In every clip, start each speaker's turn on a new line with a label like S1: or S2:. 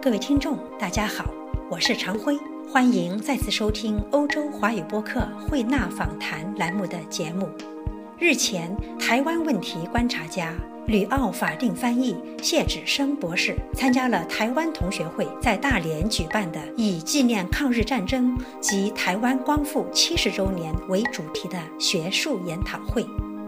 S1: 各位听众，大家好，我是常辉，欢迎再次收听欧洲华语播客《慧纳访谈》栏目的节目。日前，台湾问题观察家、旅澳法定翻译谢芷生博士参加了台湾同学会在大连举办的以纪念抗日战争及台湾光复七十周年为主题的学术研讨会。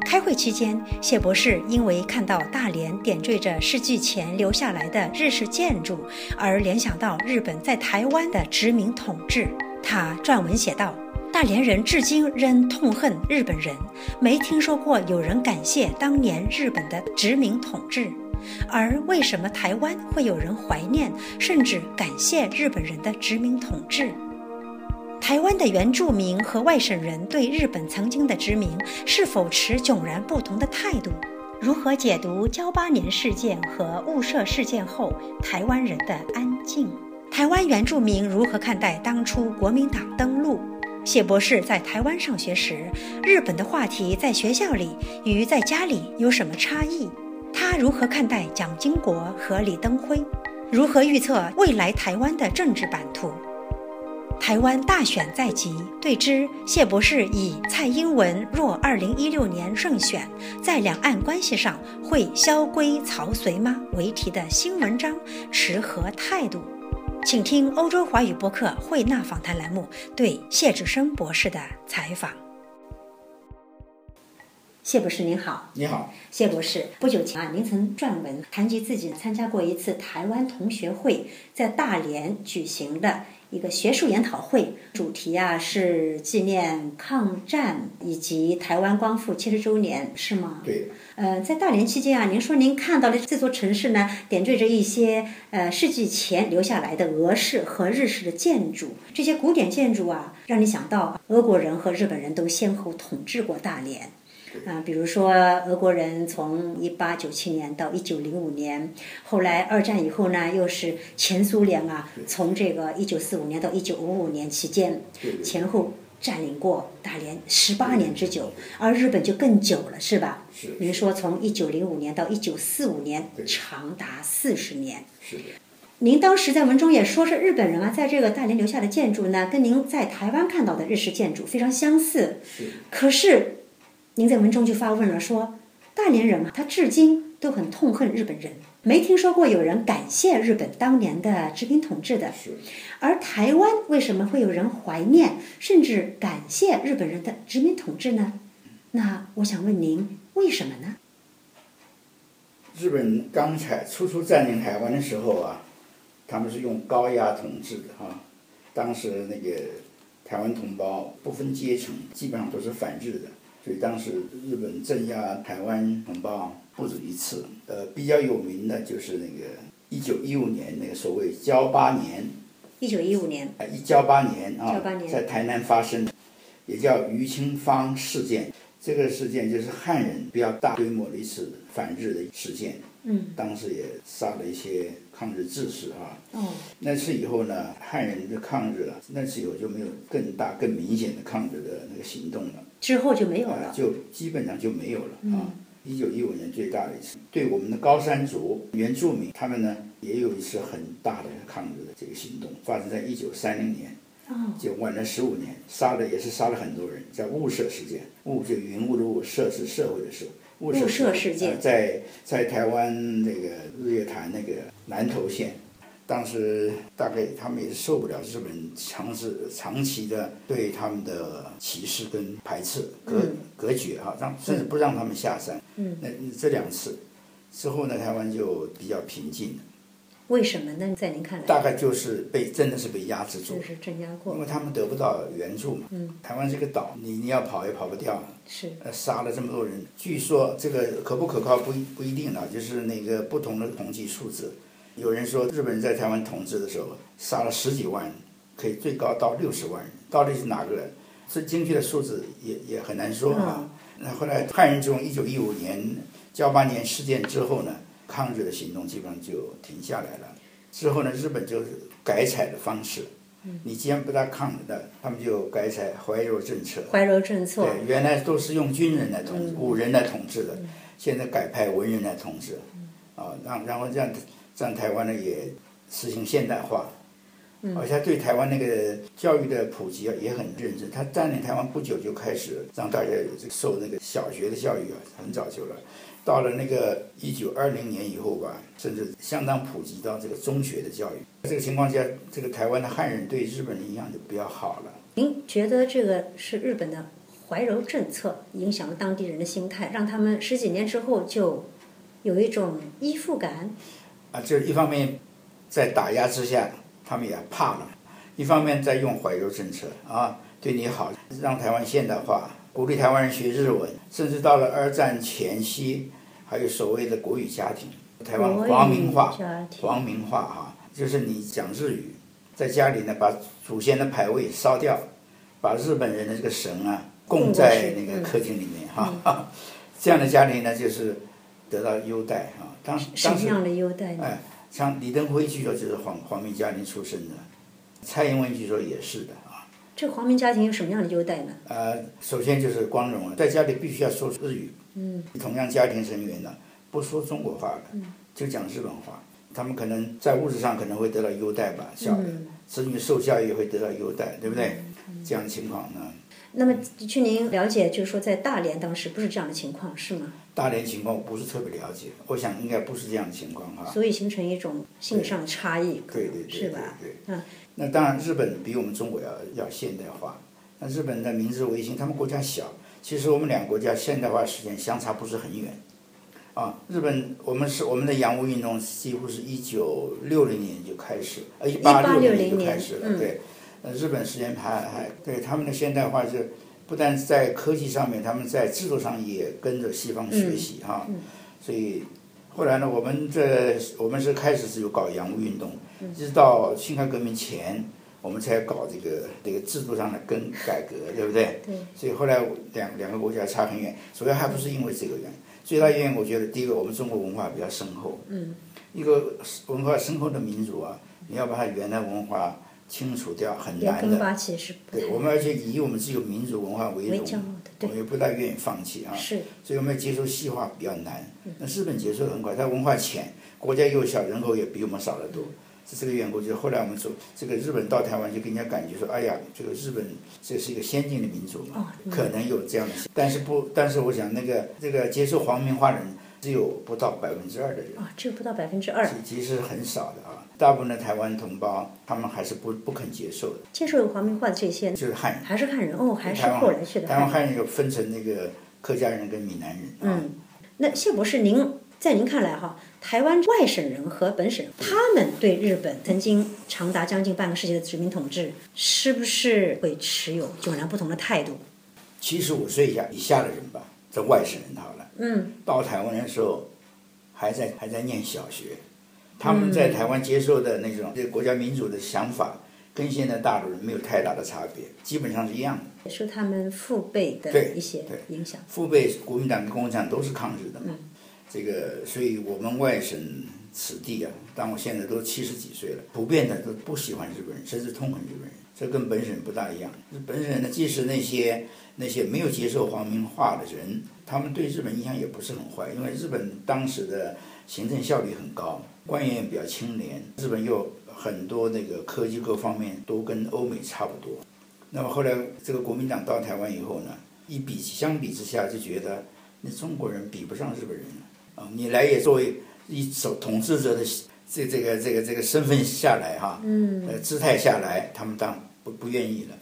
S1: 开会期间，谢博士因为看到大连点缀着世纪前留下来的日式建筑，而联想到日本在台湾的殖民统治。他撰文写道：“大连人至今仍痛恨日本人，没听说过有人感谢当年日本的殖民统治。而为什么台湾会有人怀念甚至感谢日本人的殖民统治？”台湾的原住民和外省人对日本曾经的殖民是否持迥然不同的态度？如何解读交八年事件和雾社事件后台湾人的安静？台湾原住民如何看待当初国民党登陆？谢博士在台湾上学时，日本的话题在学校里与在家里有什么差异？他如何看待蒋经国和李登辉？如何预测未来台湾的政治版图？台湾大选在即，对之，谢博士以蔡英文若2016年胜选，在两岸关系上会萧规曹随吗？为题的新文章持何态度？请听欧洲华语播客《慧纳访谈》栏目对谢志生博士的采访。谢博士您好，
S2: 你好，
S1: 谢博士，不久前啊，您曾撰文谈及自己参加过一次台湾同学会在大连举行的一个学术研讨会，主题啊是纪念抗战以及台湾光复七十周年，是吗？
S2: 对，
S1: 呃，在大连期间啊，您说您看到了这座城市呢，点缀着一些呃世纪前留下来的俄式和日式的建筑，这些古典建筑啊，让你想到俄国人和日本人都先后统治过大连。啊，比如说俄国人从一八九七年到一九零五年，后来二战以后呢，又是前苏联啊，从这个一九四五年到一九五五年期间，前后占领过大连十八年之久，而日本就更久了，是吧？
S2: 是
S1: 您说从一九零五年到一九四五年，
S2: 对
S1: 长达四十年。
S2: 是的，
S1: 您当时在文中也说是日本人啊，在这个大连留下的建筑呢，跟您在台湾看到的日式建筑非常相似。
S2: 是
S1: 可是，您在文中就发问了说，大连人啊，他至今都很痛恨日本人，没听说过有人感谢日本当年的殖民统治的。
S2: 是
S1: 而台湾为什么会有人怀念甚至感谢日本人的殖民统治呢？那我想问您，为什么呢？
S2: 日本刚才初初占领台湾的时候啊，他们是用高压统治的哈、当时那个台湾同胞不分阶层，基本上都是反日的，所以当时日本镇压台湾同胞不止一次。呃，比较有名的就是那个一九一五年那个所谓交八年，
S1: 一九一五年，
S2: 啊，一交八年啊
S1: 1988，年
S2: 在台南发生，也叫余清芳事件。这个事件就是汉人比较大规模的一次反日的事件，
S1: 嗯，
S2: 当时也杀了一些抗日志士啊。
S1: 哦，
S2: 那次以后呢，汉人的抗日啊，那次以后就没有更大、更明显的抗日的那个行动了，
S1: 之后就没有
S2: 啊，
S1: 了。嗯
S2: 就基本上就没有了啊。一九一五年最大的一次，对我们的高山族原住民，他们呢也有一次很大的抗日的这个行动，发生在一九三零年。
S1: 哦，
S2: 就晚了十五年，杀了也是杀了很多人，在雾社事件，雾就云雾的雾，社是社会的社，雾
S1: 雾社
S2: 社
S1: 事件
S2: 呃在在台湾那个日月潭那个南投县，当时大概他们也是受不了日本人长时长期的对他们的歧视跟排斥隔、
S1: 嗯
S2: 隔绝啊，让甚至不让他们下山。
S1: 嗯，
S2: 那这两次之后呢，台湾就比较平静了，
S1: 为什么呢？在您看来，
S2: 大概就是被真的是被压制住
S1: 就
S2: 了。
S1: 是镇压
S2: 因
S1: 过，
S2: 为他们得不到援助嘛。
S1: 嗯
S2: 台湾是个岛，你你要跑也跑不掉。
S1: 是，
S2: 呃，杀了这么多人，据说这个可不可靠不一不一定了，啊就是那个不同的统计数字。有人说日本人在台湾统治的时候杀了十几万人，可以最高到六十万人，到底是哪个人？这精确的数字也也很难说啊。那后来汉人从一九一五年交八年事件之后呢，抗日的行动基本上就停下来了。之后呢，日本就是改采的方式，你既然不大抗日的，他们就改采怀柔政策。
S1: 怀柔政策，
S2: 对，原来都是用军人来统治、武人来统治的，现在改派文人来统治，啊，让然后让让台湾呢也实行现代化，而且他对台湾那个教育的普及啊也很认真。他占领台湾不久就开始让大家有这个受那个小学的教育啊，很早就了。到了那个一九二零年以后吧，甚至相当普及到这个中学的教育。这个情况下，这个台湾的汉人对日本的影响就比较好了。
S1: 您觉得这个是日本的怀柔政策影响了当地人的心态，让他们十几年之后就有一种依附感？
S2: 啊，就是一方面在打压之下，他们也怕了；一方面在用怀柔政策啊，对你好，让台湾现代化，鼓励台湾人学日文，甚至到了二战前夕，还有所谓的国语家庭，台湾皇民化
S1: 国语家，庭
S2: 皇民化哈、就是你讲日语，在家里呢把祖先的牌位烧掉，把日本人的这个神啊供在那
S1: 嗯
S2: 个客厅里面哈、 这样的家庭呢就是得到优待哈、当
S1: 什
S2: 当
S1: 么
S2: 时
S1: 样的优待呢？
S2: 哎像李登辉据说就是皇皇民家庭出身的，蔡英文据说也是的啊。
S1: 这皇民家庭有什么样的优待呢？
S2: 呃，首先就是光荣了，啊在家里必须要说日语。嗯。同样家庭成员呢，不说中国话的，就讲日本话。他们可能在物质上可能会得到优待吧，小子女受教育也会得到优待，对不对？这样的情况呢，
S1: 那么，据您了解，就是说在大连当时不是这样的情况，是吗？
S2: 大连情况我不是特别了解，我想应该不是这样的情况哈。
S1: 所以形成一种性上的差异，可
S2: 啊对
S1: 能
S2: 对对，
S1: 是吧？
S2: 对
S1: 嗯。
S2: 那当然，日本比我们中国要要现代化。那日本的明治维新，他们国家小，其实我们两个国家现代化时间相差不是很远。啊，日本我们是我们的洋务运动几乎是一九六零年就开始，呃一八六
S1: 1860
S2: 年就
S1: 年
S2: 开始了，
S1: 嗯
S2: 对。那呃日本时间还还对他们的现代化是不但在科技上面，他们在制度上也跟着西方学习哈、所以后来呢，我们这我们是开始是有搞洋务运动，一直到辛亥革命前，我们才搞这个这个制度上的更改革，对不对？
S1: 对。
S2: 所以后来两两个国家差很远，主要还不是因为这个原因。最大原因，我觉得第一个，我们中国文化比较深厚。嗯。一个文化深厚的民族啊，你要把它原来文化清除掉很
S1: 连
S2: 难
S1: 根
S2: 的。
S1: 拔起是不
S2: 对，
S1: 太
S2: 我们而且以我们自己有民族文化为
S1: 为
S2: 荣
S1: 骄傲，的，
S2: 我
S1: 对，
S2: 们也不大愿意放弃啊。
S1: 是
S2: 所以我们接受西化比较难。
S1: 嗯
S2: 那日本接受得很快，它文化浅，国家又小，人口也比我们少得多。是这个缘故，就是后来我们说，这个日本到台湾就给人家感觉说，哎呀，这个日本这是一个先进的民族
S1: 哦
S2: 嘛，
S1: 嗯
S2: 可能有这样的，但是不，但是我想那个这个接受皇民化的人只有不到百分之二的人，
S1: 啊，这个不到百分之二，
S2: 其其实很少的啊，大部分的台湾同胞他们还是不不肯接受的，
S1: 接受皇民化的这些
S2: 就是汉人。
S1: 还是汉人哦，还是
S2: 台湾
S1: 后来去的
S2: 台湾
S1: 汉人。
S2: 汉人有分成那个客家人跟闽南人啊，
S1: 嗯，那谢博士，您在您看来哈，台湾外省人和本省人，他们对日本曾经长达将近半个世纪的殖民统治，是不是会持有迥然不同的态度？
S2: 七十五岁以下以下的人吧，这外省人好了，
S1: 嗯，
S2: 到台湾的时候还在还在念小学，他们
S1: 嗯
S2: 在台湾接受的那种对国家民主的想法，跟现在大陆人没有太大的差别，基本上是一样的。
S1: 也受他们父辈的
S2: 对
S1: 一些
S2: 对
S1: 影响。
S2: 父辈国民党跟共产党都是抗日的嘛，这个所以我们外省子弟啊，但我现在都七十几岁了，普遍的都不喜欢日本人，甚至痛恨日本人，这跟本省不大一样。本省呢，即使那些那些没有接受皇民化的人，他们对日本印象也不是很坏，因为日本当时的行政效率很高，官员也比较清廉，日本又很多那个科技各方面都跟欧美差不多。那么后来这个国民党到台湾以后呢，一比相比之下就觉得那中国人比不上日本人了啊！你来也作为一手统治者的这这个这个这个身份下来哈、嗯，呃姿态下来，他们当然不不愿意了。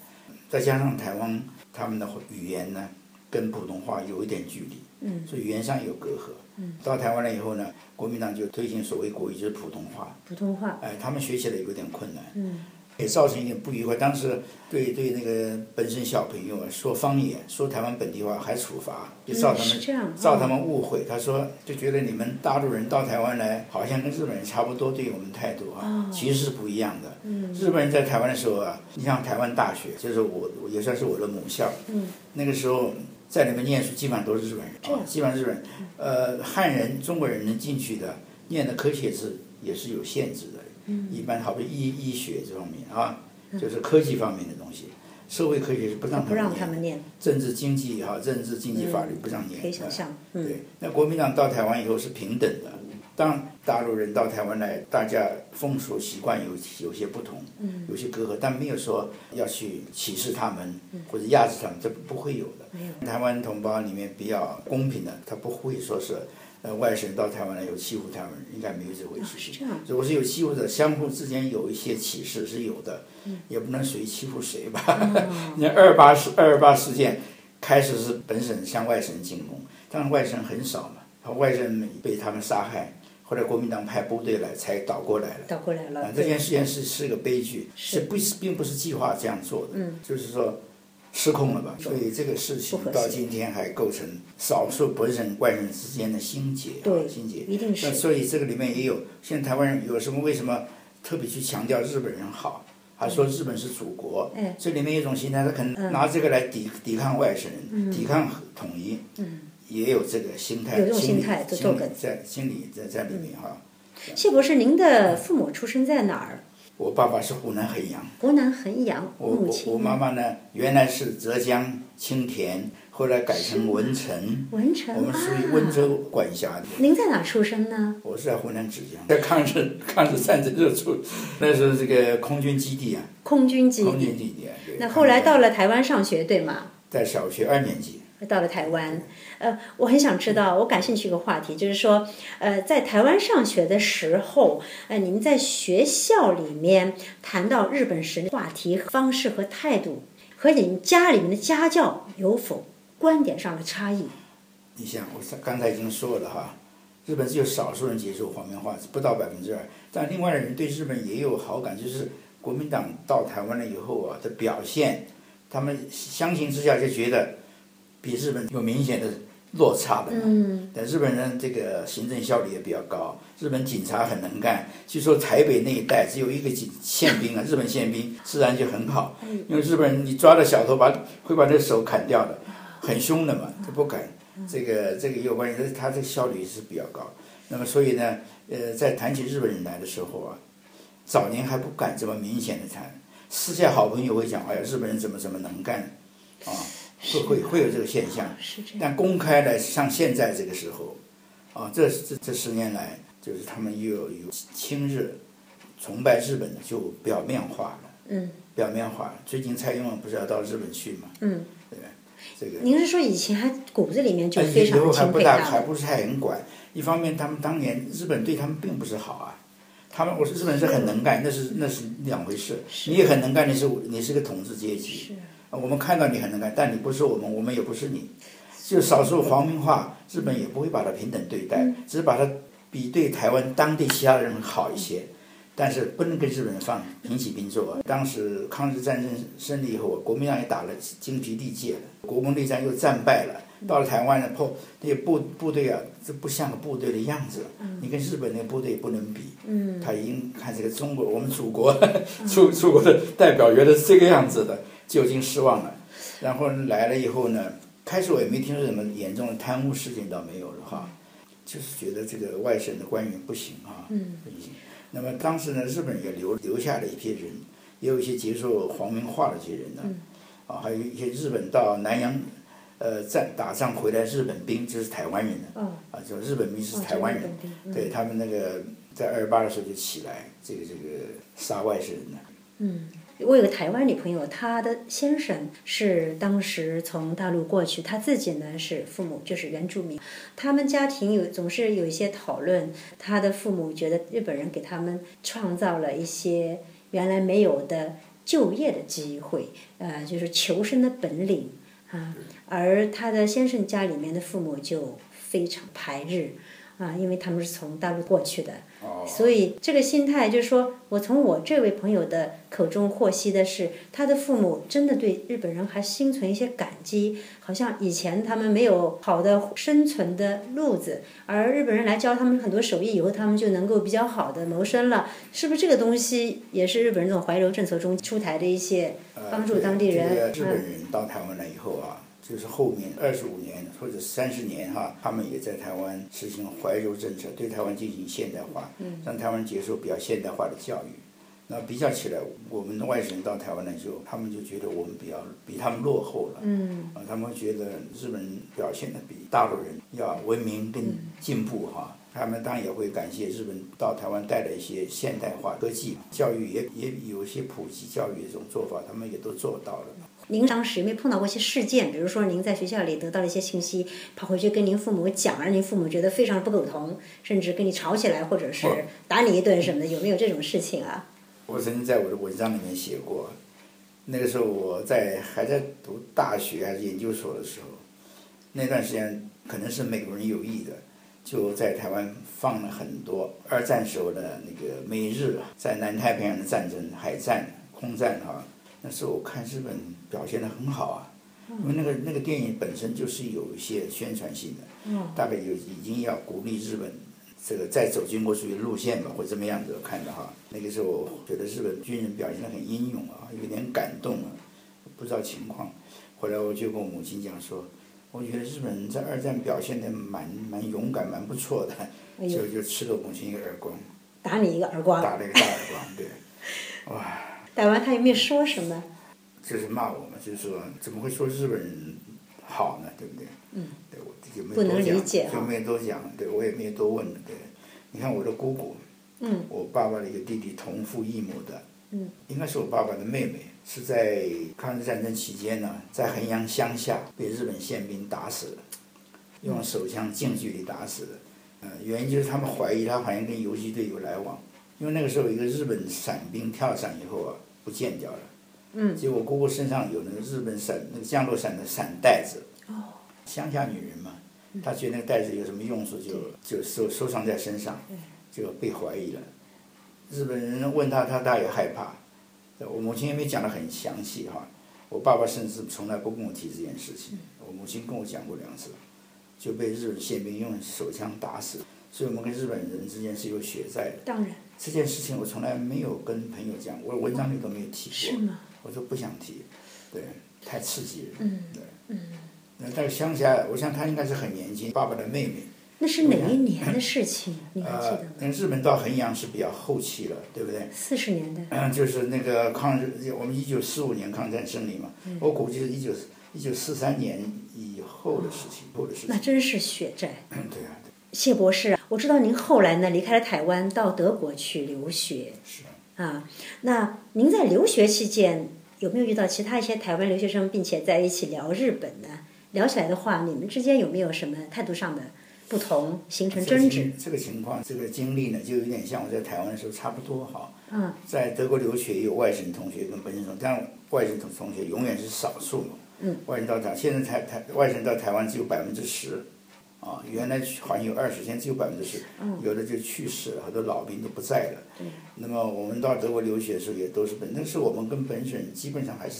S2: 再加上台湾他们的语言呢，跟普通话有一点距离，嗯，所以语言上有隔阂。嗯，到台湾了以后呢，国民党就推行所谓国语，就是普通话。
S1: 普通话，嗯
S2: 哎，他们学起来有点困难，也造成一点不愉快。当时对对那个本身小朋友啊，说方言、说台湾本地话还处罚，就造
S1: 嗯，
S2: 他
S1: 是
S2: 们、
S1: 这样，
S2: 造他
S1: 哦
S2: 们误会。他说就觉得你们大陆人到台湾来，好像跟日本人差不多，对我们态度
S1: 嗯
S2: 啊，其实是不一样的。日本人在台湾的时候啊，你像台湾大学，就是我我也算是我的母校，那个时候在里面念书，基本上都是日本人，
S1: 嗯这样嗯
S2: 啊基本上日本人，呃，汉人、中国人能进去的，念的科学是也是有限制的，
S1: 嗯
S2: 一般好比医医学这方面啊，就是科技方面的东西，社会科学是不让
S1: 不
S2: 他
S1: 让
S2: 们念
S1: 他
S2: 的，
S1: 们念，嗯
S2: 政治经济哈、政治经济法律不让念，
S1: 可以想
S2: 啊
S1: 象，嗯，
S2: 对，那国民党到台湾以后是平等的，当大陆人到台湾来，大家风俗习惯有有些不同，
S1: 嗯
S2: 有些隔阂，但没有说要去歧视他们
S1: 嗯
S2: 或者压制他们，这不会有的。台湾同胞里面比较公平的，他不会说是呃外省到台湾来有欺负他们，应该没有这回事。
S1: 啊是这样。
S2: 如果是有欺负的，相互之间有一些歧视是有的，
S1: 嗯
S2: 也不能谁欺负谁吧。 那二八事二八事件开始是本省向外省进攻，但是外省很少嘛，然后外省被他们杀害，后来国民党派部队来才倒过来了。
S1: 倒过来
S2: 啊
S1: 了，，
S2: 这
S1: 对，
S2: 件事情是是个悲剧，
S1: 是嗯
S2: 是不是并不是计划这样做的，就是说失控了吧？所以这个事情
S1: 不合适
S2: 到今天还构成少数本省外省之间的心结，啊
S1: 对
S2: 心结。
S1: 一定
S2: 那
S1: 是
S2: 所以这个里面也有，现在台湾人有什么为什么特别去强调日本人好，还说日本是祖国？
S1: 嗯
S2: 这里面有一种心态，他可能拿这个来抵、抵抗外省人，抵抗统一。也有这个心态，
S1: 嗯有这种
S2: 心理
S1: 心态这
S2: 心理
S1: 都跟
S2: 在心理在在里面哈。
S1: 谢博士，您的父母出生在哪儿？
S2: 我爸爸是湖南衡阳。
S1: 湖南衡阳，
S2: 我
S1: 母
S2: 我
S1: 亲
S2: 我妈妈呢，原来是浙江青田，后来改成文成，
S1: 文
S2: 我
S1: 成
S2: 们属于
S1: 啊。
S2: 温州管辖的。
S1: 您在哪儿出生呢？
S2: 我是在湖南芷江，在 抗日抗日战争热处，那时候这个空军基地啊，
S1: 空军基
S2: 空
S1: 地。
S2: 军基地啊。对
S1: 那后来到
S2: 抗日
S1: 了台湾上学，对吗？
S2: 在小学二年级，
S1: 到了台湾，呃，我很想知道，我感兴趣一个话题，就是说，呃，在台湾上学的时候，呃，您在学校里面谈到日本时话题方式和态度，和您家里面的家教有否观点上的差异？
S2: 你想我上刚才已经说了哈，日本只有少数人接受黄明化，不到百分之二，但另外的人对日本也有好感，就是国民党到台湾了以后啊的表现，他们相形之下就觉得比日本有明显的落差的。嗯。但日本人这个行政效率也比较高，日本警察很能干。据说台北那一带只有一个警宪兵啊，日本宪兵治安就很好，因为日本人你抓了小偷把会把那手砍掉的，很凶的嘛，他不敢。这个这个有关系，他这个效率是比较高。那么所以呢，呃，在谈起日本人来的时候啊，早年还不敢这么明显的谈，私下好朋友会讲，哎呀，日本人怎么怎么能干，啊，会会会有这个现象。
S1: 是这样，
S2: 但公开的像现在这个时候，啊，这这这十年来，就是他们又有有亲日、崇拜日本的，就表面化了，
S1: 嗯
S2: 表面化了。最近蔡英文不是要到日本去嘛，
S1: 嗯。
S2: 这个
S1: 您是说以前还骨子里面就
S2: 而且
S1: 非常
S2: 以后还
S1: 钦
S2: 不
S1: 佩
S2: 大，
S1: 他
S2: 还
S1: 们？
S2: 不是太能管。一方面，他们当年日本对他们并不是好啊，他们我说日本人是很能干，那是那是两回事。
S1: 是
S2: 你也很能干，你是你是个统治阶级，
S1: 是
S2: 我们看到你很能干，但你不是我们，我们也不是你。就少数皇民化，日本也不会把它平等对待，
S1: 嗯
S2: 只是把它比对台湾当地其他人好一些。但是不能跟日本人放平起平坐啊！当时抗日战争胜利以后，国民党也打了精疲力竭了，国共内战又战败了，
S1: 嗯
S2: 到了台湾呢，破那部部队啊，这不像个部队的样子，
S1: 嗯
S2: 你跟日本那部队不能比，他已经看这个中国我们祖国 出出国的代表原来是这个样子的，就已经失望了。然后来了以后呢，开始我也没听说什么严重的贪污事件，倒没有了哈，就是觉得这个外省的官员不行啊，不行。那么当时呢，日本也留留下了一批人，也有一些接受皇民化的一些人呢，啊，还有一些日本到南洋，呃，战打仗回来日本兵就是台湾人呢，
S1: 哦
S2: 啊，就日本兵是
S1: 哦
S2: 台湾人，
S1: 这个本地嗯
S2: 对他们那个在二八的时候就起来，这个这个杀外省人呢，
S1: 我有个台湾女朋友，她的先生是当时从大陆过去，她自己呢是父母就是原住民，他们家庭有总是有一些讨论，她的父母觉得日本人给他们创造了一些原来没有的就业的机会，呃，就是求生的本领啊，而她的先生家里面的父母就非常排日。啊，因为他们是从大陆过去的，所以这个心态就是说，我从我这位朋友的口中获悉的是，他的父母真的对日本人还心存一些感激，好像以前他们没有好的生存的路子，而日本人来教他们很多手艺以后，他们就能够比较好的谋生了，是不是？这个东西也是日本人这种怀柔政策中出台的一些
S2: 呃
S1: 帮助
S2: 对
S1: 当地人嗯
S2: 这个日本人到台湾来以后啊，就是后面二十五年或者三十年哈、他们也在台湾实行怀柔政策，对台湾进行现代化，
S1: 嗯
S2: 让台湾接受比较现代化的教育。那比较起来，我们的外省人到台湾来就，他们就觉得我们比较比他们落后了，嗯，啊，他们觉得日本人表现的比大陆人要文明更进步哈、他们当然也会感谢日本到台湾带来一些现代化科技，教育也也有一些普及教育的这种做法，他们也都做到了。
S1: 您当时有没有碰到过一些事件？比如说您在学校里得到了一些信息，跑回去跟您父母讲，让您父母觉得非常不苟同，甚至跟你吵起来，或者是
S2: 哦
S1: 打你一顿什么的，有没有这种事情啊？
S2: 我曾经在我的文章里面写过，那个时候我在还在读大学还是研究所的时候，那段时间可能是美国人有意的，就在台湾放了很多二战时候的那个美日在南太平洋的战争、海战、空战啊。那时候我看日本表现得很好啊，因为那个那个电影本身就是有一些宣传性的，大概有已经要鼓励日本这个再走军国主义路线吧，或者怎么样子，我看的哈。那个时候我觉得日本军人表现得很英勇啊，有点感动啊，不知道情况。后来我就跟我母亲讲说，我觉得日本人在二战表现得蛮蛮勇敢，蛮不错
S1: 哎
S2: 的，
S1: 呦
S2: 就就吃了我母亲一个耳光，
S1: 打你一个耳光，
S2: 打了一个大耳光，对，哇。
S1: 打完他有没有说什么？
S2: 就是骂我们，就是说怎么会说日本人好呢？对不对？嗯。对我自己没有
S1: 不能
S2: 多讲
S1: 理解啊
S2: 就没有多讲，对我也没有多问的。对，你看我的姑姑，
S1: 嗯，
S2: 我爸爸的一个弟弟，同父异母的，
S1: 嗯，
S2: 应该是我爸爸的妹妹，是在抗日战争期间呢，在衡阳乡下被日本宪兵打死了，用手枪近距离打死的。嗯、原因就是他们怀疑他好像跟游击队有来往，因为那个时候有一个日本伞兵跳伞以后啊，不见掉了。结果姑姑身上有那个日本伞，那个降落伞的伞带子。乡下女人嘛，她觉得那个带子有什么用处就，就收收藏在身上，就被怀疑了。日本人问她，她她也害怕。我母亲也没讲得很详细哈，我爸爸甚至从来不跟我提这件事情。我母亲跟我讲过两次，就被日本宪兵用手枪打死。所以我们跟日本人之间是有血债的。
S1: 当然
S2: 这件事情我从来没有跟朋友讲，我文章里都没有提过。
S1: 是吗？
S2: 我就不想提，对，太刺激了。
S1: 嗯
S2: 对。
S1: 嗯，
S2: 那在乡下，我想她应该是很年轻，爸爸的妹妹。
S1: 那是哪一年的事情？啊你还记
S2: 呃
S1: 得吗，？
S2: 那日本到衡阳是比较后期了，对不对？
S1: 四十年代，
S2: 嗯，就是那个抗日，我们一九四五年抗战胜利嘛，我估计是一九一九四三年以后的事情，后的事情
S1: 那。真是血债。
S2: 对啊，对，
S1: 谢博士，我知道您后来呢离开了台湾，到德国去留学
S2: 是啊。
S1: 啊。那您在留学期间有没有遇到其他一些台湾留学生，并且在一起聊日本呢？聊起来的话，你们之间有没有什么态度上的不同，形成争执？
S2: 这个情况，这个经历呢，就有点像我在台湾的时候差不多哈。
S1: 嗯。
S2: 在德国留学也有外省同学跟本省同学，但外省同同学永远是少数嘛。
S1: 嗯。
S2: 外省到台，现在台台外省到台湾只有百分之十，啊，原来好像有二十，现在只有百分之十，
S1: 嗯
S2: 有的就去世了，好多老兵都不在了。那么我们到德国留学的时候也都是本，但是我们跟本省基本上还是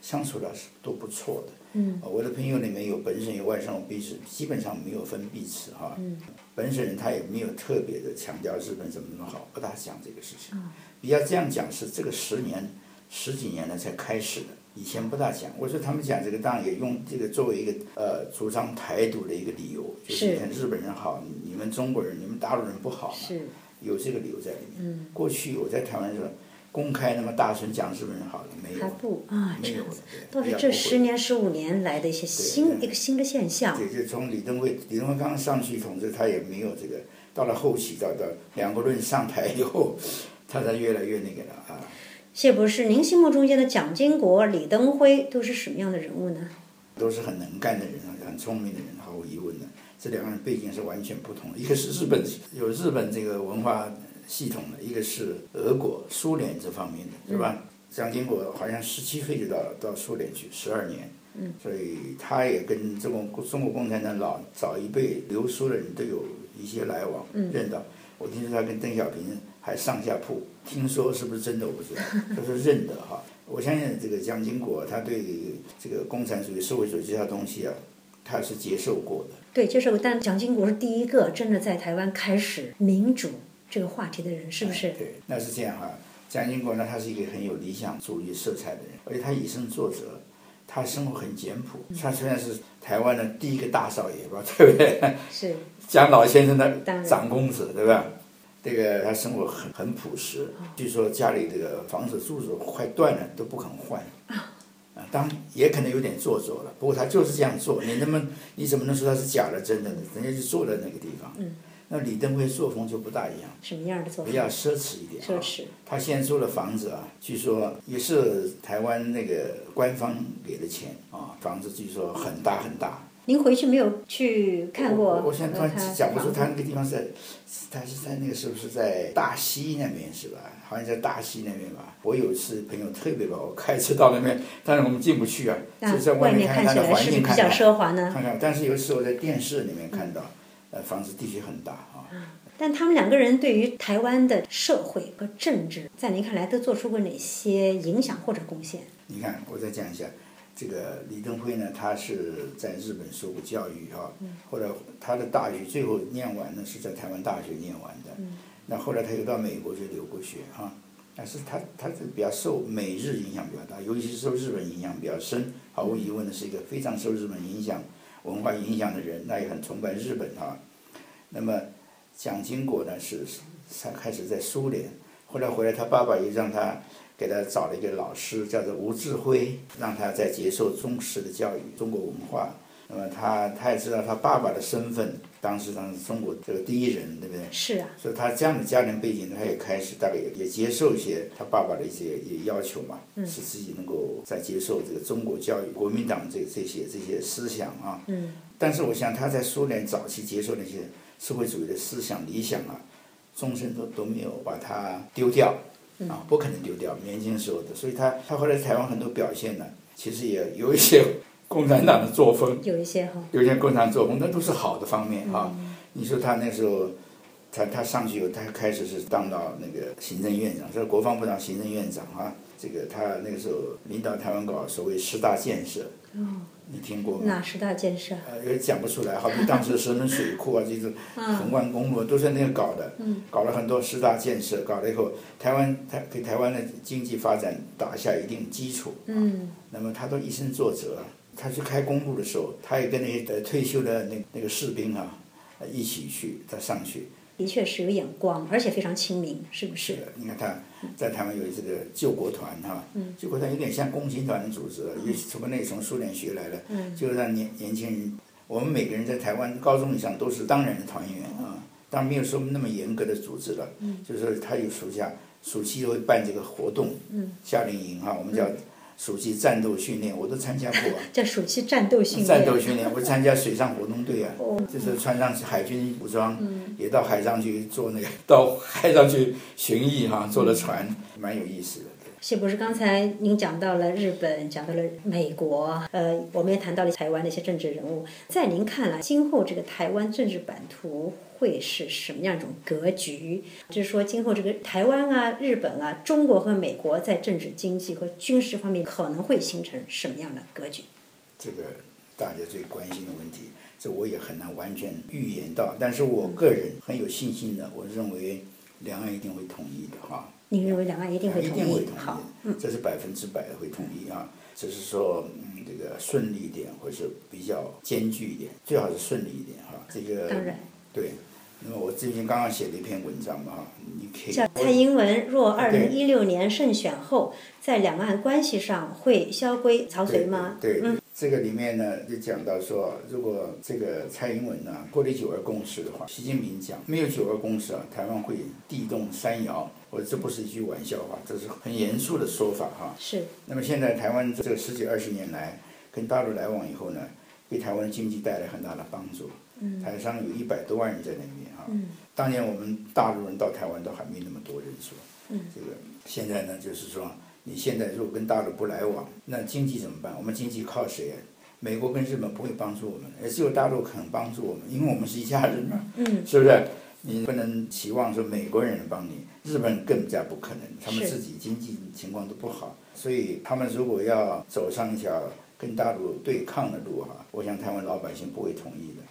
S2: 相处的是都不错的。
S1: 嗯
S2: 呃我的朋友里面有本省有外省，我彼此基本上没有分彼此哈。
S1: 嗯
S2: 本省人他也没有特别的强调日本怎么怎么好，不大讲这个事情。
S1: 啊
S2: 比较这样讲是这个十年十几年来才开始的，以前不大讲。我说他们讲这个当然也用这个作为一个呃主张台独的一个理由，就是
S1: 是
S2: 你看日本人好，你你们中国人你们大陆人不好嘛。
S1: 是，嗯
S2: 有这个理由在里面。过去我在台湾的时候，公开那么大声讲日本人好了没
S1: 还
S2: 有？
S1: 不啊，这
S2: 没有
S1: 样子，，
S2: 对
S1: 都
S2: 比
S1: 是
S2: 较
S1: 这
S2: 不会
S1: 十年、十五年来的一些新一个新的现象。
S2: 对，就从李登辉，李登辉刚上去统治，他也没有这个，到了后期，到到两国论上台以后，他才越来越那个了啊。
S1: 谢博士，您心目中间的蒋经国、李登辉都是什么样的人物呢？
S2: 都是很能干的人，很聪明的人，毫无疑问的。这两个人背景是完全不同的，一个是日本有日本这个文化系统的，一个是俄国、苏联这方面的，是吧？蒋经国好像十七岁就到到苏联去，十二年，嗯，所以他也跟中国中国共产党老早一辈留苏的人都有一些来往，认得。我听说他跟邓小平还上下铺，听说是不是真的我不知道， 他说认得哈。我相信这个蒋经国他对这个共产主义、社会主义这套东西啊，他是接受过的。
S1: 对，就是但蒋经国是第一个真的在台湾开始民主这个话题的人，是不是？
S2: 哎啊对，那是这样哈、蒋经国呢，他是一个很有理想主义色彩的人，而且他以身作则，他生活很简朴。他虽然是台湾的第一个大少爷吧，对不对？
S1: 是
S2: 蒋老先生的
S1: 当然
S2: 长公子，对吧？这个他生活很很朴实，据说家里这个房子柱子快断了都不肯换。啊，当然也可能有点做作了，不过他就是这样做，你那么你怎么能说他是假的、真的呢？人家就坐在那个地方。嗯，那李登辉作风就不大一样，
S1: 什么样的作
S2: 比
S1: 风？
S2: 较奢侈一点、啊。
S1: 奢侈，
S2: 他先租了房子啊，据说也是台湾那个官方给的钱啊，房子据说很大很大。
S1: 您回去没有去看过
S2: 我我现在突
S1: 呃他
S2: 然讲不出他
S1: 房
S2: 那个地方是在，是他是在那个是不是在大溪那边是吧？好像在大溪那边吧。我有一次朋友特别把我开车到那边，但是我们进不去啊，就
S1: 子
S2: 在
S1: 啊外
S2: 面
S1: 面
S2: 看
S1: 起
S2: 它的
S1: 来
S2: 环
S1: 是不是
S2: 境
S1: 比
S2: 看嗯
S1: 较
S2: 看
S1: 奢华呢？
S2: 看看。但是有时候在电视里面看到，呃，房子的确很大啊。
S1: 但他们两个人对于台湾的社会和政治，在您看来都做出过哪些影响或者贡献？
S2: 你看，我再讲一下，这个李登辉呢，他是在日本受过教育啊，
S1: 嗯
S2: 后来他的大学最后念完呢是在台湾大学念完
S1: 嗯
S2: 的，那后来他又到美国去留过学啊，但是他他是比较受美日影响比较大，尤其是受日本影响比较深，毫无疑问的是一个非常受日本影响文化影响的人，那也很崇拜日本啊。那么蒋经国呢是他开始在苏联，后来回来他爸爸又让他。给他找了一个老师，叫做吴志辉，让他在接受中式的教育、中国文化。那么他他也知道他爸爸的身份，当时他是中国这个第一人，对不对？
S1: 是啊，
S2: 所以他这样的家庭背景，他也开始大概也也接受一些他爸爸的一些也要求嘛，使自己能够在接受这个中国教育、国民党这这些这些思想啊。
S1: 嗯。
S2: 但是我想他在苏联早期接受那些社会主义的思想理想啊，终身都都没有把它丢掉啊，不可能丢掉，年轻时候的。所以他他后来台湾很多表现呢，其实也有一些 共产党的作风。
S1: 有一些哈、
S2: 有点共产作风，那都是好的方面啊。你说他那时候，他他上去以后，他开始是当到那个行政院长，是国防部长、行政院长啊。这个他那个时候领导台湾搞所谓十大建设，你听过吗？
S1: 哪十大建设？
S2: 呃，也讲不出来，好比当时石门水库啊，这种横贯公路都是那个搞的，搞了很多十大建设，搞了以后，台湾台给台湾的经济发展打下一定基础。啊
S1: 嗯，
S2: 那么他都以身作则，他去开公路的时候，他也跟那些呃退休的那那个士兵啊呃一起去，他上去。
S1: 的确是有眼光，而且非常亲民，是不是？
S2: 的，你看他在台湾有这个救国团哈、救国团有点像共青团的组织，也是从那从苏联学来的，就让年年轻人，我们每个人在台湾高中以上都是当然的团员啊，当然没有说那么严格的组织了，就是说他有暑假暑期会办这个活动，夏令营哈、我们叫暑期战斗训练，我都参加过啊。
S1: 叫暑期战斗训练。
S2: 战斗训练，我参加水上活动队啊
S1: 哦，嗯
S2: 就是穿上海军服装，也到海上去做那个，到海上去巡弋哈、坐了船，
S1: 嗯
S2: 蛮有意思的。
S1: 谢博士，刚才您讲到了日本，讲到了美国，呃，我们也谈到了台湾的一些政治人物。在您看来，今后这个台湾政治版图会是什么样一种格局？就是说，今后这个台湾啊、日本啊、中国和美国在政治、经济和军事方面可能会形成什么样的格局？
S2: 这个大家最关心的问题，这我也很难完全预言到，但是我
S1: 嗯
S2: 个人很有信心的，我认为两岸一定会统一的哈、
S1: 您认为两岸一定会
S2: 一
S1: 同
S2: 定会
S1: 意？
S2: 同
S1: 好，嗯
S2: 意，这是百分之百的会同意啊。只是说，嗯，这个顺利一点，或者是比较艰巨一点，最好是顺利一点哈、这个
S1: 当然。
S2: 对，那么我最近刚刚写了一篇文章嘛哈，你可
S1: 叫
S2: 以
S1: 蔡英文若二
S2: 对
S1: 零一六年胜选后，在两岸关系上会萧规曹随吗？
S2: 对，对这个里面呢就讲到说，如果这个蔡英文呢脱离九二共识的话，习近平讲没有九二共识啊，台湾会地动山摇。我这不是一句玩笑话，这是很严肃的说法哈、
S1: 是，
S2: 那么现在台湾这十几二十年来跟大陆来往以后呢，给台湾经济带来很大的帮助。台上有一百多万人在那边啊。当年我们大陆人到台湾都还没那么多人数。这个现在呢，就是说你现在如果跟大陆不来往，那经济怎么办？我们经济靠谁啊？美国跟日本不会帮助我们，而只有大陆肯帮助我们，因为我们是一家人嘛，
S1: 嗯，
S2: 是不是？你不能期望说美国人帮你，日本人更加不可能，他们
S1: 是
S2: 自己经济情况都不好，所以他们如果要走上一条跟大陆对抗的路哈，我想台湾老百姓不会同意的。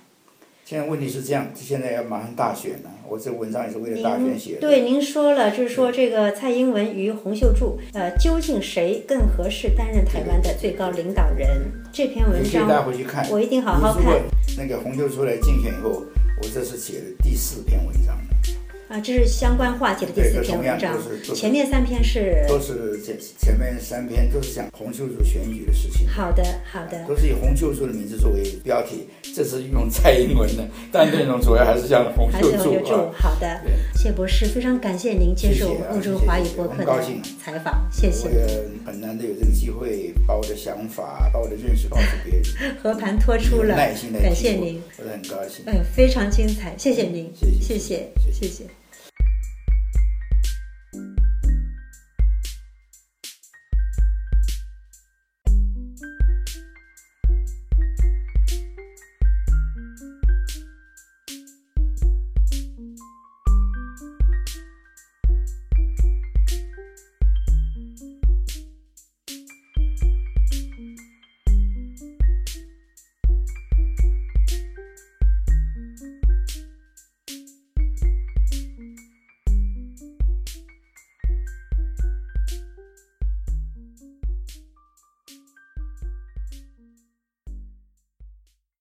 S2: 现在问题是这样，现在要马上大选了，我这文章也是为了大选写
S1: 您嗯
S2: 的。
S1: 对您说了，就是说这个蔡英文与洪秀柱，呃，究竟谁更合适担任台湾的最高领导人？这篇文
S2: 你可以带
S1: 章
S2: 回去看。
S1: 我一定好好
S2: 你如
S1: 看
S2: 果那个洪秀出来竞选以后，我这是写的第四篇文章了。
S1: 啊，这是相关话题的第
S2: 对，
S1: 四
S2: 这
S1: 篇
S2: 同
S1: 文
S2: 样
S1: 章
S2: 都。是都是
S1: 前面三篇是
S2: 都是前前面三篇都是讲洪秀柱选举的事情，
S1: 好的，好的，
S2: 都是以洪秀柱的名字作为标题，这是用蔡英文的，但内容主要还是像 洪
S1: 还
S2: 秀
S1: 是
S2: 柱
S1: 留
S2: 啊
S1: 住。。好的
S2: 对，
S1: 谢博士，非常感谢您接受
S2: 谢谢啊
S1: 欧洲
S2: 谢谢
S1: 华语
S2: 谢谢
S1: 播
S2: 我
S1: 客的
S2: 们高兴
S1: 采访，谢
S2: 我
S1: 谢。
S2: 也很难得有这个机会，把我的想法、把我的认识告诉别人，
S1: 和盘托出了，
S2: 耐心的，
S1: 感谢您，
S2: 我很高兴。
S1: 嗯，非常精彩，谢谢您，
S2: 谢谢
S1: 谢谢，谢谢